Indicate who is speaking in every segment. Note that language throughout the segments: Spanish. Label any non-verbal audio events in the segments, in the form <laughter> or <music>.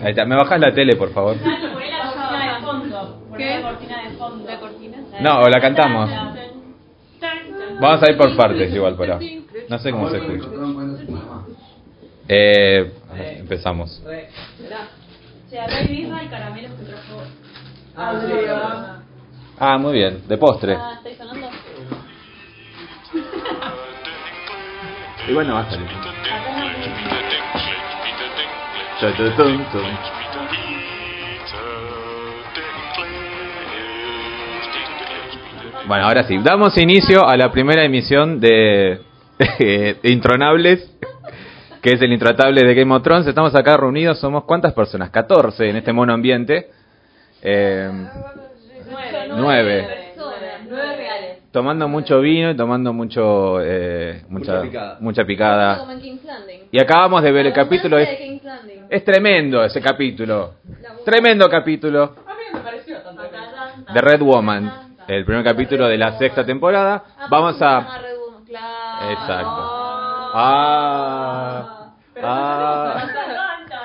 Speaker 1: Ahí está, me bajas la tele, por favor.
Speaker 2: Poné la cortina de fondo. Poné
Speaker 3: ¿Qué?
Speaker 2: la cortina de fondo.
Speaker 3: ¿La cortina?
Speaker 1: No, o la cantamos. Vamos a ir por partes igual, para. No sé cómo se escucha. Eh, empezamos.
Speaker 4: Re.
Speaker 2: Se agarró el birra y caramelos que trajo.
Speaker 4: Ah, sí, ah.
Speaker 1: Ah, muy bien, de postre.
Speaker 3: Ah, ¿estáis sonando?
Speaker 1: Y bueno, va a salir. Cha, cha, tum, tum. Bueno, ahora sí, damos inicio a la primera emisión de, de Intronables, que es el Intratable de Game of Thrones. Estamos acá reunidos, somos cuántas personas? 14 en este mono ambiente. Eh,
Speaker 2: Nueve.
Speaker 1: Nueve.
Speaker 2: personas. Nueve reales.
Speaker 1: tomando mucho vino y tomando mucho, eh, mucha,
Speaker 4: Mucha picada.
Speaker 1: mucha picada.
Speaker 3: Como en King's Landing.
Speaker 1: Y acabamos de ver Ah. el
Speaker 3: La
Speaker 1: capítulo.
Speaker 3: abundancia
Speaker 1: Es,
Speaker 3: de King's Landing.
Speaker 1: es tremendo ese capítulo.
Speaker 3: La abundancia.
Speaker 1: Tremendo capítulo
Speaker 4: A mí no me pareció tanto.
Speaker 1: Eh, de Red Woman. El primer capítulo de la sexta temporada.
Speaker 3: Ah,
Speaker 1: Vamos
Speaker 3: porque se llama
Speaker 1: a.
Speaker 3: Red Woman, Claro.
Speaker 1: Exacto. Ah. Ah.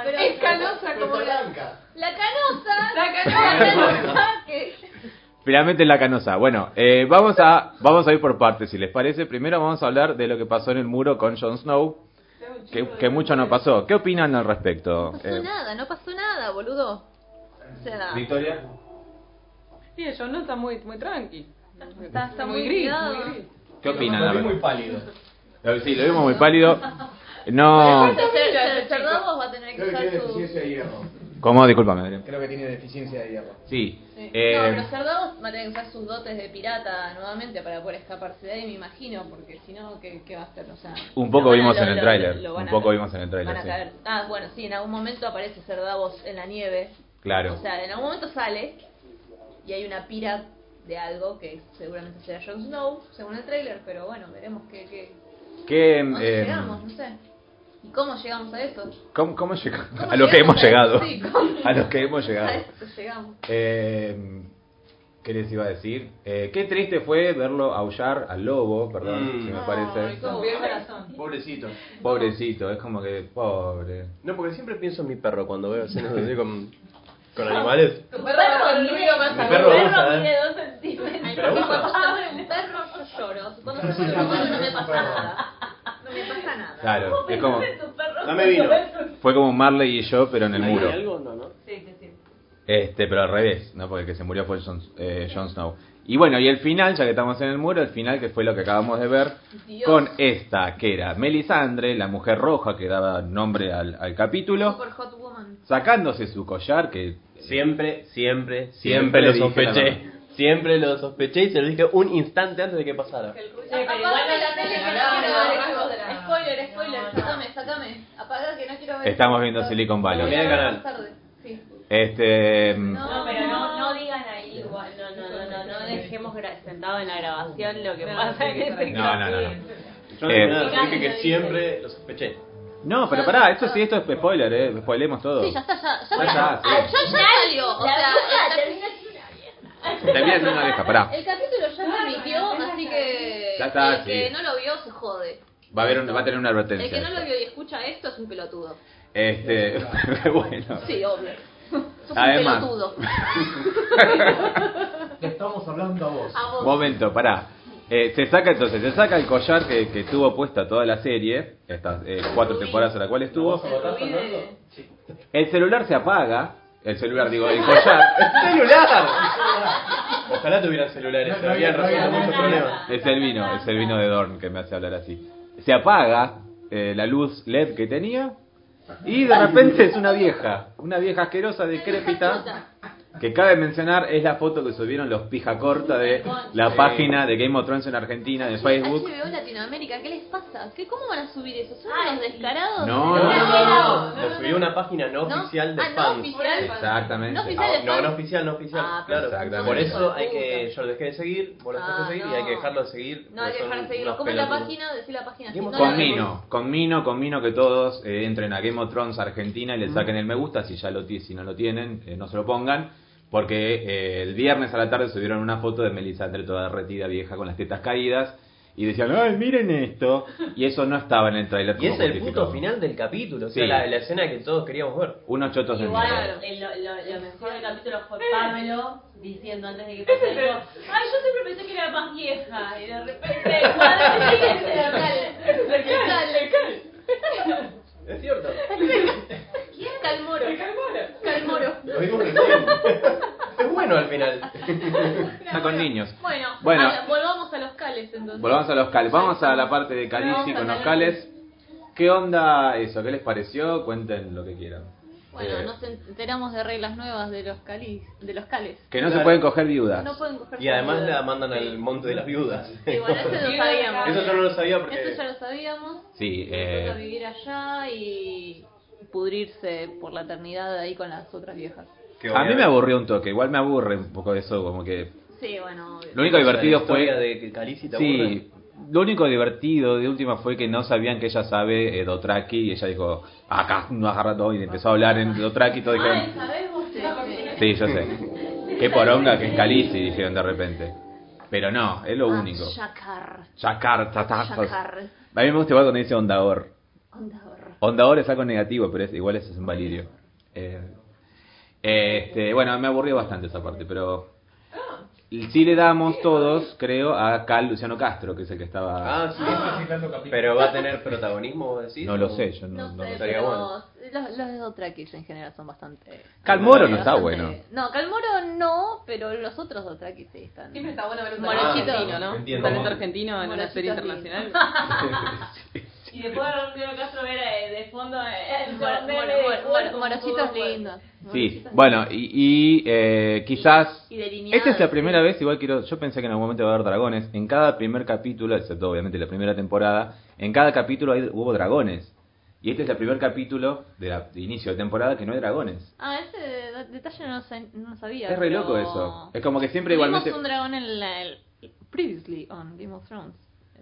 Speaker 3: Pero es canosa como la... La canosa.
Speaker 2: La canosa.
Speaker 3: canosa que-
Speaker 1: Finalmente la canosa. Bueno, eh, vamos a vamos a ir por partes, si les parece. Primero vamos a hablar de lo que pasó en el muro con Jon Snow, que, que mucho no pasó. ¿Qué opinan al
Speaker 3: No
Speaker 1: respecto?
Speaker 3: pasó
Speaker 1: Eh,
Speaker 3: nada, no pasó nada, boludo. O sea,
Speaker 1: Victoria.
Speaker 5: Sí, yo no está muy, muy tranqui.
Speaker 3: está, está
Speaker 5: muy
Speaker 3: muy
Speaker 5: gris,
Speaker 3: cuidado.
Speaker 5: muy gris.
Speaker 1: ¿Qué opinan?
Speaker 4: Lo
Speaker 1: al
Speaker 4: vi muy
Speaker 1: respecto?
Speaker 4: pálido.
Speaker 1: Lo- Sí, lo vimos muy pálido. No.
Speaker 3: Ser- ser-
Speaker 5: ese chico.
Speaker 3: Cerdobos va a tener que
Speaker 6: Creo que
Speaker 3: usar
Speaker 6: tiene
Speaker 3: su...
Speaker 6: deficiencia de hierro.
Speaker 1: ¿Cómo? Discúlpame, Adrián.
Speaker 6: <laughs> Creo que tiene deficiencia de hierro.
Speaker 1: Sí.
Speaker 3: Sí.
Speaker 1: eh,
Speaker 3: no, pero Cerdobos va a tener que usar sus dotes de pirata nuevamente para poder escaparse de ahí, me imagino, porque si no, ¿qué, qué va a hacer? O sea,
Speaker 1: Un poco
Speaker 3: lo van a-
Speaker 1: vimos
Speaker 3: lo-
Speaker 1: en el
Speaker 3: lo-
Speaker 1: tráiler,
Speaker 3: lo van
Speaker 1: un
Speaker 3: a-
Speaker 1: poco vimos en el tráiler,
Speaker 3: van a
Speaker 1: sí.
Speaker 3: caer. Ah, bueno, sí, en algún momento aparece Cerdobos en la nieve.
Speaker 1: claro.
Speaker 3: O sea, en algún momento sale y hay una pira de algo que seguramente será Jon Snow, según el tráiler, pero bueno, veremos qué... qué...
Speaker 1: ¿Qué,
Speaker 3: ¿Dónde
Speaker 1: eh,
Speaker 3: llegamos? No sé. ¿Y cómo llegamos a eso?
Speaker 1: ¿Cómo, cómo llegamos?
Speaker 3: ¿Cómo
Speaker 1: A lo que hemos
Speaker 3: llegamos a
Speaker 1: llegado.
Speaker 3: eso? Sí, ¿cómo?
Speaker 1: A lo que hemos llegado.
Speaker 3: <laughs> <laughs> A esto llegamos.
Speaker 1: Eh, ¿Qué les iba a decir? Eh, qué triste fue verlo aullar al lobo, perdón,
Speaker 4: Mm.
Speaker 1: si me
Speaker 3: Ay,
Speaker 1: parece.
Speaker 3: cómo
Speaker 5: Bien.
Speaker 3: corazón.
Speaker 4: Pobrecito.
Speaker 1: Pobrecito, es como que pobre.
Speaker 4: No, porque siempre pienso en mi perro cuando veo escenas así con, con animales.
Speaker 2: Tu perro con ruido más
Speaker 4: Mi
Speaker 2: a
Speaker 4: perro
Speaker 2: perro.
Speaker 4: usa,
Speaker 3: mide
Speaker 4: ¿eh?
Speaker 3: dos centímetros.
Speaker 4: Pero usa.
Speaker 3: <laughs> Cuando llamo a un perro, yo lloro.
Speaker 1: <laughs>
Speaker 3: Cuando llamo a un perro, no me pasa nada. No me pasa nada.
Speaker 1: Claro, es como,
Speaker 4: No me vino.
Speaker 1: fue como Marley y yo, pero en el
Speaker 4: ¿Hay
Speaker 1: muro.
Speaker 4: algo? No, no.
Speaker 2: Sí, sí, sí.
Speaker 1: Este, pero al revés, ¿no? Porque el que se murió fue Jon, eh, Jon Snow. Y bueno, y el final, ya que estamos en el muro, el final que fue lo que acabamos de ver,
Speaker 3: Dios.
Speaker 1: con esta, que era Melisandre, la mujer roja que daba nombre al, al capítulo,
Speaker 3: Super hot woman.
Speaker 1: sacándose su collar, que
Speaker 4: Siempre,
Speaker 1: Siempre
Speaker 4: siempre, siempre lo
Speaker 1: dije la
Speaker 4: sospeché.
Speaker 1: verdad.
Speaker 4: Siempre lo sospeché y se lo dije un instante antes de que pasara.
Speaker 3: Apagame la tele que no quiero ver eso. Spoiler,
Speaker 2: No,
Speaker 3: spoiler.
Speaker 2: no.
Speaker 3: Sacame, sacame. Apaga que no quiero ver
Speaker 1: Estamos
Speaker 3: eso.
Speaker 1: viendo Silicon Valley.
Speaker 3: Lo voy a ver
Speaker 4: Cambia de
Speaker 3: más tarde. Sí.
Speaker 1: este
Speaker 3: No.
Speaker 2: No, pero no, no digan ahí igual, no, no, no, no, no dejemos gra- sentado en la grabación lo que pasa este que se
Speaker 1: No, no, no, no.
Speaker 4: Yo no dije
Speaker 1: Eh,
Speaker 4: nada, solo dije
Speaker 3: Picante,
Speaker 4: que
Speaker 3: lo
Speaker 4: siempre lo sospeché.
Speaker 1: No, pero pará, esto sí, esto es spoiler, eh, spoilemos todo.
Speaker 3: Sí, ya está, ya, ya,
Speaker 1: Ya
Speaker 3: está.
Speaker 1: está, sí.
Speaker 3: Ah, ya, ya salió. O sea, el capi-
Speaker 1: Termina siendo una vieja, pará.
Speaker 3: el capítulo ya se emitió, así que
Speaker 1: Ya está,
Speaker 3: el que
Speaker 1: sí.
Speaker 3: no lo vio se jode.
Speaker 1: Va a, haber un- va a tener una
Speaker 3: El que no lo
Speaker 1: advertencia.
Speaker 3: vio y escucha esto es un pelotudo.
Speaker 1: Este, <laughs> bueno.
Speaker 3: Sí, obvio. Sos
Speaker 1: Además.
Speaker 3: un pelotudo.
Speaker 6: Te estamos hablando a vos.
Speaker 3: A vos.
Speaker 1: Momento, pará. Eh, se saca entonces, se saca el collar que, que tuvo puesta toda la serie, estas eh, cuatro temporadas en la cual estuvo. El celular se apaga, el celular digo, el collar,
Speaker 4: ¡Celular! Ojalá tuvieran celulares,
Speaker 6: No,
Speaker 4: se
Speaker 6: no había-
Speaker 4: habrían
Speaker 6: no había
Speaker 4: resuelto muchos
Speaker 6: nada.
Speaker 4: problemas.
Speaker 1: es el vino, es el vino de Dorn que me hace hablar así. Se apaga eh, la luz LED que tenía y de repente es una vieja, una vieja asquerosa, decrépita, que cabe mencionar es la foto que subieron los pija corta de la página de Game of Thrones en Argentina, de Facebook.
Speaker 3: HBO Latinoamérica, ¿qué les pasa? ¿Qué, ¿Cómo van a subir eso? ¿Son unos descarados?
Speaker 1: No,
Speaker 4: No, no, no,
Speaker 3: No,
Speaker 4: no. Lo subí a una página no
Speaker 3: ¿No?
Speaker 4: oficial de
Speaker 3: ah, no
Speaker 4: fans.
Speaker 3: oficial.
Speaker 1: Exactamente.
Speaker 3: No oficial de
Speaker 4: Ah, No,
Speaker 3: fans.
Speaker 4: no oficial, no oficial.
Speaker 3: Ah,
Speaker 4: claro.
Speaker 1: exactamente.
Speaker 4: Por eso hay
Speaker 3: Hijo de
Speaker 4: que.
Speaker 3: puta.
Speaker 4: Yo lo dejé de seguir, vos lo dejaste
Speaker 3: Ah,
Speaker 4: de seguir
Speaker 3: no.
Speaker 4: y hay que dejarlo de seguir.
Speaker 3: No hay que
Speaker 4: porque
Speaker 3: dejar
Speaker 4: son
Speaker 3: de seguirlo.
Speaker 4: unos
Speaker 3: ¿Cómo es la
Speaker 4: pelotudos.
Speaker 3: página? Decí la página.
Speaker 4: Game of
Speaker 3: no,
Speaker 1: Con
Speaker 3: no,
Speaker 4: Thrones.
Speaker 1: Mino, con Mino, con Mino que todos eh, entren a Game of Thrones Argentina y le saquen el me gusta, si ya lo ti- si no lo tienen, eh, no se lo pongan, porque eh, el viernes a la tarde subieron una foto de Melisandre toda retida vieja con las tetas caídas y decían, ay, miren esto. Y eso no estaba en el trailer.
Speaker 4: Y es el puto final del capítulo, o sea,
Speaker 1: Sí.
Speaker 4: la, la escena que todos queríamos ver.
Speaker 1: Unos chotos de mierda.
Speaker 2: Igual, el- lo, lo- lo mejor del capítulo fue
Speaker 4: Eh.
Speaker 2: Pablo diciendo antes de que pase
Speaker 5: el
Speaker 2: algo, ay, yo siempre pensé que era más vieja, y de
Speaker 4: <laughs>
Speaker 2: repente, cuando siguiente,
Speaker 3: Total.
Speaker 2: total.
Speaker 4: Es cierto.
Speaker 3: ¿Quién? Calmoro.
Speaker 5: Calmora.
Speaker 3: Calmoro.
Speaker 6: Lo vimos recién.
Speaker 4: Es bueno al final.
Speaker 1: Está con niños.
Speaker 2: Bueno,
Speaker 1: Bueno.
Speaker 2: a- volvamos a los cales entonces.
Speaker 1: Volvamos a los cales. Vamos a la parte de Calici
Speaker 2: Vamos a
Speaker 1: con los
Speaker 2: Calici.
Speaker 1: cales. ¿Qué onda eso? ¿Qué les pareció? Cuenten lo que quieran.
Speaker 3: Bueno,
Speaker 1: Eh,
Speaker 3: nos enteramos de reglas nuevas de los calis, de los cales.
Speaker 1: Que no se
Speaker 4: Claro.
Speaker 1: pueden coger viudas.
Speaker 3: No pueden coger
Speaker 4: Y además
Speaker 3: saludos.
Speaker 4: la mandan al monte de las viudas.
Speaker 3: Sí, bueno, eso lo
Speaker 5: Viuda de
Speaker 3: sabíamos.
Speaker 4: <laughs> Eso yo no lo sabía porque...
Speaker 3: Eso ya lo sabíamos.
Speaker 1: Sí,
Speaker 3: Nosotros
Speaker 1: eh,
Speaker 3: vivir allá y pudrirse por la eternidad ahí con las otras viejas.
Speaker 4: que
Speaker 1: a mí
Speaker 4: obviamente-
Speaker 1: me aburrió un toque. Igual me aburre un poco eso, como que...
Speaker 3: Sí, bueno, obvio.
Speaker 1: Lo único
Speaker 4: O sea, la
Speaker 1: divertido fue...
Speaker 4: historia de que Calici te aburre.
Speaker 1: Sí, lo único divertido de última fue que no sabían que ella sabe eh, Dotraki y ella dijo, acá no agarra todo y empezó a hablar en Dotraki y todo
Speaker 2: Ay,
Speaker 3: Ah,
Speaker 1: dijeron,
Speaker 2: ¿sabés vos?
Speaker 3: Sí, sí.
Speaker 1: sí, yo sé. Qué poronga que es Calici, dijeron de repente. Pero no, es
Speaker 3: Ah,
Speaker 1: lo único.
Speaker 3: Yacar.
Speaker 1: Yacar, tatar, tas.
Speaker 3: Yacar.
Speaker 1: A mí me gusta igual cuando dice Ondador.
Speaker 3: Ondador.
Speaker 1: Ondador es algo negativo, pero es, igual es un valirio. Eh, este, bueno, me aburrió bastante esa parte, pero... Sí le damos todos, creo, a Cal Luciano Castro, que es el que estaba...
Speaker 4: Ah, sí.
Speaker 6: Siempre citando capítulos.
Speaker 4: Pero va a tener protagonismo, vos decís.
Speaker 1: No lo
Speaker 4: ¿O?
Speaker 1: sé, yo no, no
Speaker 3: No, sé,
Speaker 1: lo sé.
Speaker 4: estaría
Speaker 3: pero
Speaker 4: bueno.
Speaker 3: los, los de Dothrakis en general son bastante...
Speaker 1: Calmoro no está
Speaker 3: bastante-
Speaker 1: bueno.
Speaker 3: No, Calmoro no, pero los otros Dothrakis sí están...
Speaker 5: Siempre está bueno ver un
Speaker 3: Bueno,
Speaker 5: talento
Speaker 3: chicos.
Speaker 5: argentino, ¿no?
Speaker 4: Entiendo.
Speaker 5: Un talento argentino en
Speaker 3: Bueno,
Speaker 5: una serie
Speaker 3: chicos, sí.
Speaker 5: internacional.
Speaker 7: <laughs>
Speaker 5: <laughs>
Speaker 2: Y después de Rodrigo Castro ver eh, de fondo eh, el
Speaker 3: Mor-
Speaker 2: cuartel
Speaker 3: mor- mor-
Speaker 2: de-
Speaker 3: mor-
Speaker 2: con
Speaker 3: Morochitos
Speaker 2: todo,
Speaker 3: lindos.
Speaker 1: Sí,
Speaker 3: Morochitos
Speaker 1: bueno, y, y, eh, quizás...
Speaker 3: Y delineados,
Speaker 1: Esta es la
Speaker 3: sí.
Speaker 1: primera vez, igual quiero... Yo pensé que en algún momento iba a haber dragones. En cada primer capítulo, excepto obviamente la primera temporada, en cada capítulo hay- hubo dragones. Y este es el primer capítulo de, la- de inicio de temporada que no hay dragones.
Speaker 3: Ah, ese de- detalle no, sé- no lo sabía.
Speaker 1: Es re
Speaker 3: pero-
Speaker 1: loco eso. Es como que siempre
Speaker 3: Vimos
Speaker 1: igualmente...
Speaker 3: un dragón en la, el- previously on Game of Thrones,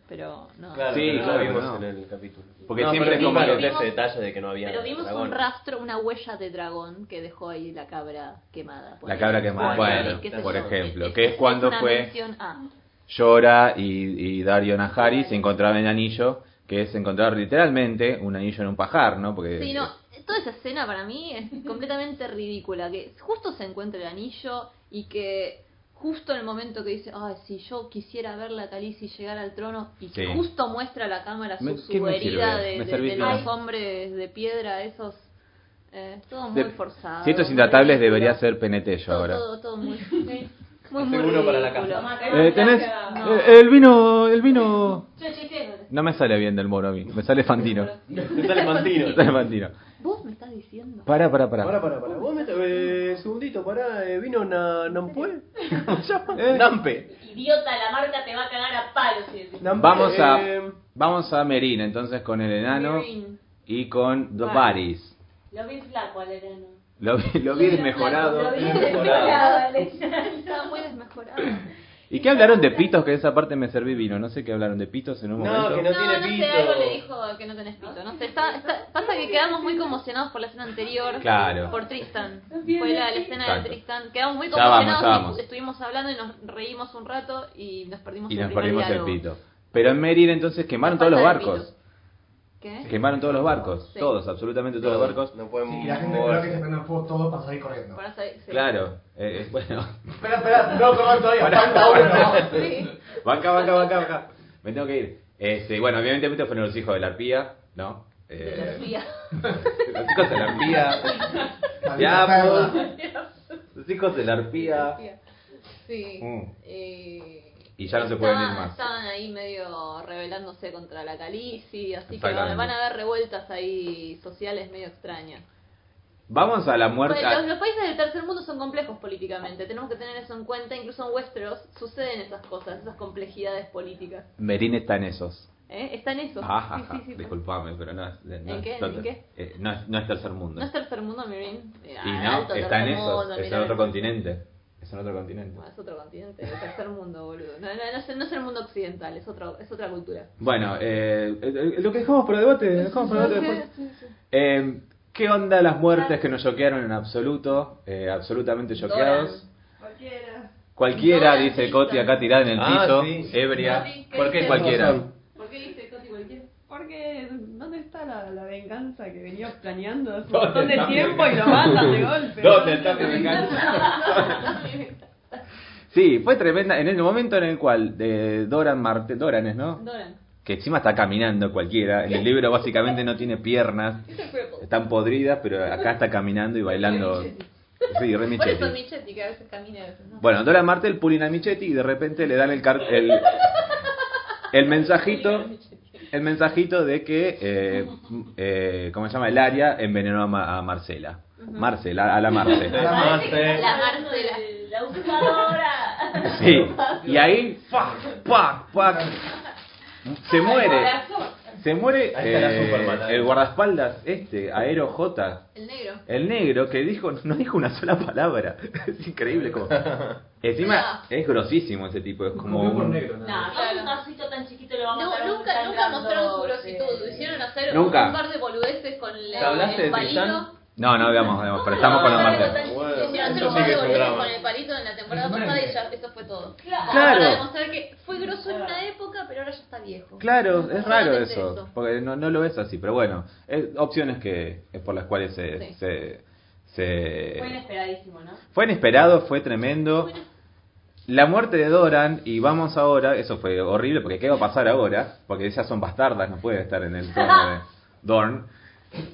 Speaker 3: pero no.
Speaker 4: Claro,
Speaker 1: Sí,
Speaker 4: pero no
Speaker 1: claro,
Speaker 4: lo vimos
Speaker 1: no.
Speaker 4: en el capítulo.
Speaker 1: Porque
Speaker 4: No,
Speaker 1: siempre
Speaker 4: pero
Speaker 1: es como
Speaker 4: nunca
Speaker 1: que-
Speaker 4: noté ese detalle de que no había
Speaker 3: Pero vimos
Speaker 4: dragón.
Speaker 3: un rastro, una huella de dragón que dejó ahí la cabra quemada.
Speaker 1: La cabra quemada,
Speaker 4: Bueno,
Speaker 3: qué sé
Speaker 4: por
Speaker 3: yo. e-
Speaker 1: ejemplo,
Speaker 3: Es-
Speaker 1: que es cuando
Speaker 3: una
Speaker 1: fue-
Speaker 3: mención a-
Speaker 1: Llora y, y Dario Najari se encontraban el anillo, que es encontrar literalmente un anillo en un pajar, ¿no? Porque
Speaker 3: Sí, no,
Speaker 1: eh.
Speaker 3: toda esa escena para mí
Speaker 4: <laughs>
Speaker 3: es completamente ridícula. Que justo se encuentra el anillo y que justo en el momento que dice, ay, si yo quisiera ver la Khaleesi llegar al trono y que
Speaker 1: Sí.
Speaker 3: justo muestra a la cámara su,
Speaker 1: Me-
Speaker 3: su
Speaker 1: ¿qué me
Speaker 3: herida
Speaker 1: sirve?
Speaker 3: de,
Speaker 1: Me
Speaker 3: de-
Speaker 1: servís
Speaker 3: de
Speaker 1: nada.
Speaker 3: los hombres de piedra, esos. eh, todo muy
Speaker 1: De-
Speaker 3: forzado.
Speaker 1: Si estos
Speaker 3: muy
Speaker 1: intratables
Speaker 3: ridículo.
Speaker 1: debería ser PNT yo
Speaker 3: Todo,
Speaker 1: ahora.
Speaker 3: todo, todo
Speaker 4: <laughs>
Speaker 3: muy. muy, muy
Speaker 4: Hace uno para la
Speaker 3: ridículo.
Speaker 4: casa.
Speaker 1: Eh, ¿Tenés?
Speaker 3: No.
Speaker 1: eh, el vino, el vino...
Speaker 2: Che, chiste.
Speaker 1: No me sale bien del moro a mí, me sale Fantino.
Speaker 4: Un
Speaker 3: <laughs>
Speaker 4: salmantino.
Speaker 1: Me sale Fantino.
Speaker 3: Vos me estás diciendo.
Speaker 1: Para, para, para.
Speaker 6: Para, para, para.
Speaker 4: Vos me... Eh, segundito, pará. eh, ¿Vino na, Nampue? ¿Cómo se llama?
Speaker 1: Eh.
Speaker 4: Nampe.
Speaker 2: Idiota, la marca te va a cagar a palos. si decís.
Speaker 4: Nampe,
Speaker 1: Vamos a
Speaker 4: eh,
Speaker 1: vamos a Merina entonces con el enano
Speaker 3: Mirin.
Speaker 1: y con dos
Speaker 2: Vale.
Speaker 1: baris.
Speaker 2: Lo vi flaco al enano.
Speaker 1: Lo, vi- lo vi
Speaker 2: Lo
Speaker 1: desmejorado.
Speaker 2: vi
Speaker 4: Mejorado.
Speaker 2: desmejorado al enano.
Speaker 3: Estaba muy desmejorado.
Speaker 1: ¿Y qué hablaron de pitos? Que en esa parte me serví vino. No sé qué hablaron de pitos en un
Speaker 4: No,
Speaker 1: momento.
Speaker 4: que
Speaker 3: No,
Speaker 4: no tiene
Speaker 3: no sé,
Speaker 4: pito.
Speaker 3: algo le dijo que no tenés pito. No sé, está, está- pasa que quedamos muy conmocionados por la escena anterior.
Speaker 1: Claro.
Speaker 3: Por Tristan. Fue la, la escena
Speaker 1: Exacto.
Speaker 3: de Tristan. Quedamos muy
Speaker 1: Ya vamos,
Speaker 3: conmocionados.
Speaker 1: ya vamos.
Speaker 3: y Estuvimos hablando y nos reímos un rato y nos perdimos
Speaker 1: Y
Speaker 3: el
Speaker 1: nos
Speaker 3: primer
Speaker 1: perdimos el
Speaker 3: diálogo.
Speaker 1: pito. Pero en Merida entonces quemaron todos los
Speaker 3: Falta de
Speaker 1: barcos.
Speaker 3: ¿Qué?
Speaker 1: Quemaron todos los barcos.
Speaker 3: Sí.
Speaker 1: Todos, absolutamente todos los barcos.
Speaker 4: No podemos...
Speaker 6: Sí, y la gente espera que se prendan fuego todos para salir corriendo.
Speaker 3: Para saber- sí. <laughs>
Speaker 1: Claro. Eh, eh, bueno. <laughs>
Speaker 6: Espera, espera, no, perdón, todavía falta uno.
Speaker 3: Sí.
Speaker 1: Banca, banca, banca, banca. Me tengo que ir. Este, bueno, obviamente estos fueron los hijos de la arpía, ¿no? Eh,
Speaker 3: La fría.
Speaker 1: <laughs> los hijos de la arpía.
Speaker 6: Maldita perra.
Speaker 1: pues. Los hijos de la arpía.
Speaker 3: Sí.
Speaker 1: Mm.
Speaker 3: Eh,
Speaker 1: Y ya no se
Speaker 3: estaban-
Speaker 1: pueden ir más.
Speaker 3: Estaban ahí medio rebelándose contra la Calici, así que
Speaker 1: Exactamente.
Speaker 3: van, van a haber revueltas ahí sociales medio extrañas.
Speaker 1: Vamos a la muerte.
Speaker 3: Bueno, los, los países del tercer mundo son complejos políticamente, tenemos que tener eso en cuenta, incluso en Westeros suceden esas cosas, esas complejidades políticas.
Speaker 1: Merín está en esos. Ah,
Speaker 3: ¿eh? Está en eso.
Speaker 1: Ajá,
Speaker 3: Sí, sí, sí.
Speaker 1: disculpame, pero no es. No
Speaker 3: ¿En
Speaker 1: es
Speaker 3: qué?
Speaker 1: tot-
Speaker 3: ¿En qué?
Speaker 1: eh, no, es, no es tercer mundo.
Speaker 3: No es tercer mundo, Mirin. Eh,
Speaker 1: y
Speaker 3: alto
Speaker 1: no, está en
Speaker 3: tercer
Speaker 1: esos.
Speaker 3: mundo,
Speaker 1: Es en
Speaker 3: mirá.
Speaker 1: otro continente. Es en otro continente.
Speaker 3: No, es otro continente, el tercer mundo, boludo. No, no, no es, no es el mundo occidental, es, otro, es otra cultura.
Speaker 1: Bueno, eh, eh, lo que dejamos para debate, lo dejamos para debate después. Eh, ¿Qué onda las muertes que nos choquearon en absoluto? Eh, absolutamente choqueados.
Speaker 2: Cualquiera.
Speaker 1: Cualquiera,
Speaker 8: Todas
Speaker 1: dice
Speaker 8: listas.
Speaker 1: Coti, acá tirada en el
Speaker 9: Ah,
Speaker 1: piso,
Speaker 9: sí.
Speaker 1: ebria.
Speaker 8: Sí,
Speaker 9: ¿Por qué
Speaker 8: sí,
Speaker 1: Cualquiera.
Speaker 4: Razón.
Speaker 8: ¿Por qué dice Coti
Speaker 1: <laughs>
Speaker 8: cualquiera?
Speaker 5: Porque, ¿dónde está la, la venganza que venías planeando hace
Speaker 9: ¿Dónde
Speaker 5: un montón de
Speaker 9: está mi
Speaker 5: tiempo y lo
Speaker 9: venganza?
Speaker 1: <laughs>
Speaker 5: mandas de golpe?
Speaker 9: ¿Dónde está mi venganza?
Speaker 5: <laughs>
Speaker 1: Sí, fue tremenda. En el momento en el cual de Doran Marte, Doran es, ¿no?
Speaker 3: Doran.
Speaker 1: Que encima está caminando cualquiera. En el libro básicamente no tiene piernas.
Speaker 3: Es el cripple.
Speaker 1: Están podridas, pero acá está caminando y bailando. Sí, re
Speaker 3: Por eso
Speaker 1: Michetti.
Speaker 3: Michetti, que a veces camina y a veces no.
Speaker 1: Bueno, Dora Martel pulina a Michetti y de repente le dan el car- el, el mensajito el mensajito de que eh, eh, ¿cómo se llama? el área envenenó a, Ma- a Marcela. Marcela, a la Marce.
Speaker 3: La Marcela.
Speaker 8: La
Speaker 3: <laughs>
Speaker 8: usadora.
Speaker 1: Sí. Y ahí ¡fa! ¡pa! ¡pa! se muere. Se muere
Speaker 9: Ahí está la
Speaker 1: eh,
Speaker 9: Superman, ahí.
Speaker 1: el guardaespaldas este, Aero J.
Speaker 3: El negro.
Speaker 1: El negro que dijo, no dijo una sola palabra. <laughs> Es increíble como. Encima es grosísimo ese tipo, es como
Speaker 6: un
Speaker 1: un,
Speaker 6: negro, nada.
Speaker 8: No,
Speaker 3: claro.
Speaker 8: un osito tan chiquito lo va a
Speaker 3: No,
Speaker 8: matar un
Speaker 3: nunca,
Speaker 8: tan
Speaker 3: nunca mostraron su
Speaker 8: grandote.
Speaker 3: grositud. Hicieron hacer
Speaker 1: Nunca.
Speaker 3: un par de boludeces con el,
Speaker 9: ¿Te hablaste
Speaker 3: el
Speaker 9: de
Speaker 3: palito.
Speaker 9: Tristán?
Speaker 1: No, no veamos, veamos, pero estamos con los
Speaker 3: No,
Speaker 1: martes.
Speaker 3: no, no, no, no, Hicieron hacer
Speaker 9: Eso
Speaker 3: un
Speaker 9: sí
Speaker 3: par
Speaker 9: que
Speaker 3: de
Speaker 9: es un
Speaker 3: boludeces
Speaker 9: drama.
Speaker 3: con el palito en la temporada pasada y ya eso fue todo.
Speaker 8: Claro.
Speaker 3: Como Para
Speaker 1: Claro.
Speaker 3: demostrar que fue groso en una época, pero ahora ya está viejo.
Speaker 1: Claro, es raro
Speaker 3: Solamente
Speaker 1: eso, porque no, no lo es así, pero bueno, es opciones que es por las cuales se,
Speaker 3: Sí.
Speaker 1: se, se-
Speaker 2: Fue inesperadísimo, ¿no?
Speaker 1: Fue inesperado, fue tremendo. La muerte de Doran, y vamos ahora, eso fue horrible, porque ¿qué va a pasar ahora? Porque ellas son bastardas, no pueden estar en el trono de Dorn.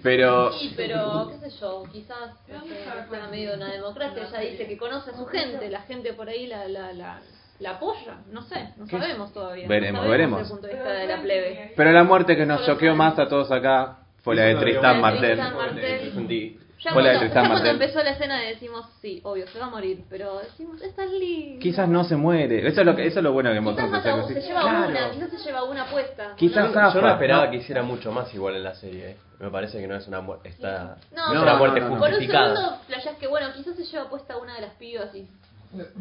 Speaker 1: Pero
Speaker 3: Sí, pero qué sé yo, quizás no sé, sea medio una democracia, ella dice que conoce a su gente, la gente por ahí la, la, la, la apoya, no sé, no sabemos todavía. no
Speaker 1: Veremos,
Speaker 3: sabemos
Speaker 1: veremos.
Speaker 3: Desde el punto de vista de la plebe.
Speaker 1: pero la muerte que nos choqueó más a todos acá fue la de
Speaker 9: Eso lo
Speaker 1: Tristan
Speaker 9: veo.
Speaker 1: Martel.
Speaker 3: Tristán Martel.
Speaker 9: Sentí.
Speaker 3: Ya,
Speaker 1: Fue la de
Speaker 3: cuando,
Speaker 1: Tristán
Speaker 3: ya cuando
Speaker 1: Martel.
Speaker 3: empezó la escena decimos, sí, obvio, se va a morir, pero decimos, esta es linda.
Speaker 1: Quizás no se muere, eso es lo, que, eso es lo bueno que
Speaker 3: Quizás
Speaker 1: mostramos.
Speaker 3: mata un- se lleva
Speaker 1: Claro.
Speaker 3: una, quizás se lleva una apuesta.
Speaker 1: Quizás
Speaker 3: ¿no?
Speaker 1: zafa,
Speaker 9: Yo no esperaba
Speaker 1: ¿no?
Speaker 9: que hiciera mucho más igual en la serie. eh. Me parece que no es una muerte. Está...
Speaker 3: No,
Speaker 9: es
Speaker 3: no,
Speaker 9: una
Speaker 3: no,
Speaker 9: muerte
Speaker 1: no, no.
Speaker 3: Por un
Speaker 9: justificada.
Speaker 3: segundo flashás que bueno, quizás se lleva apuesta una de las pibas y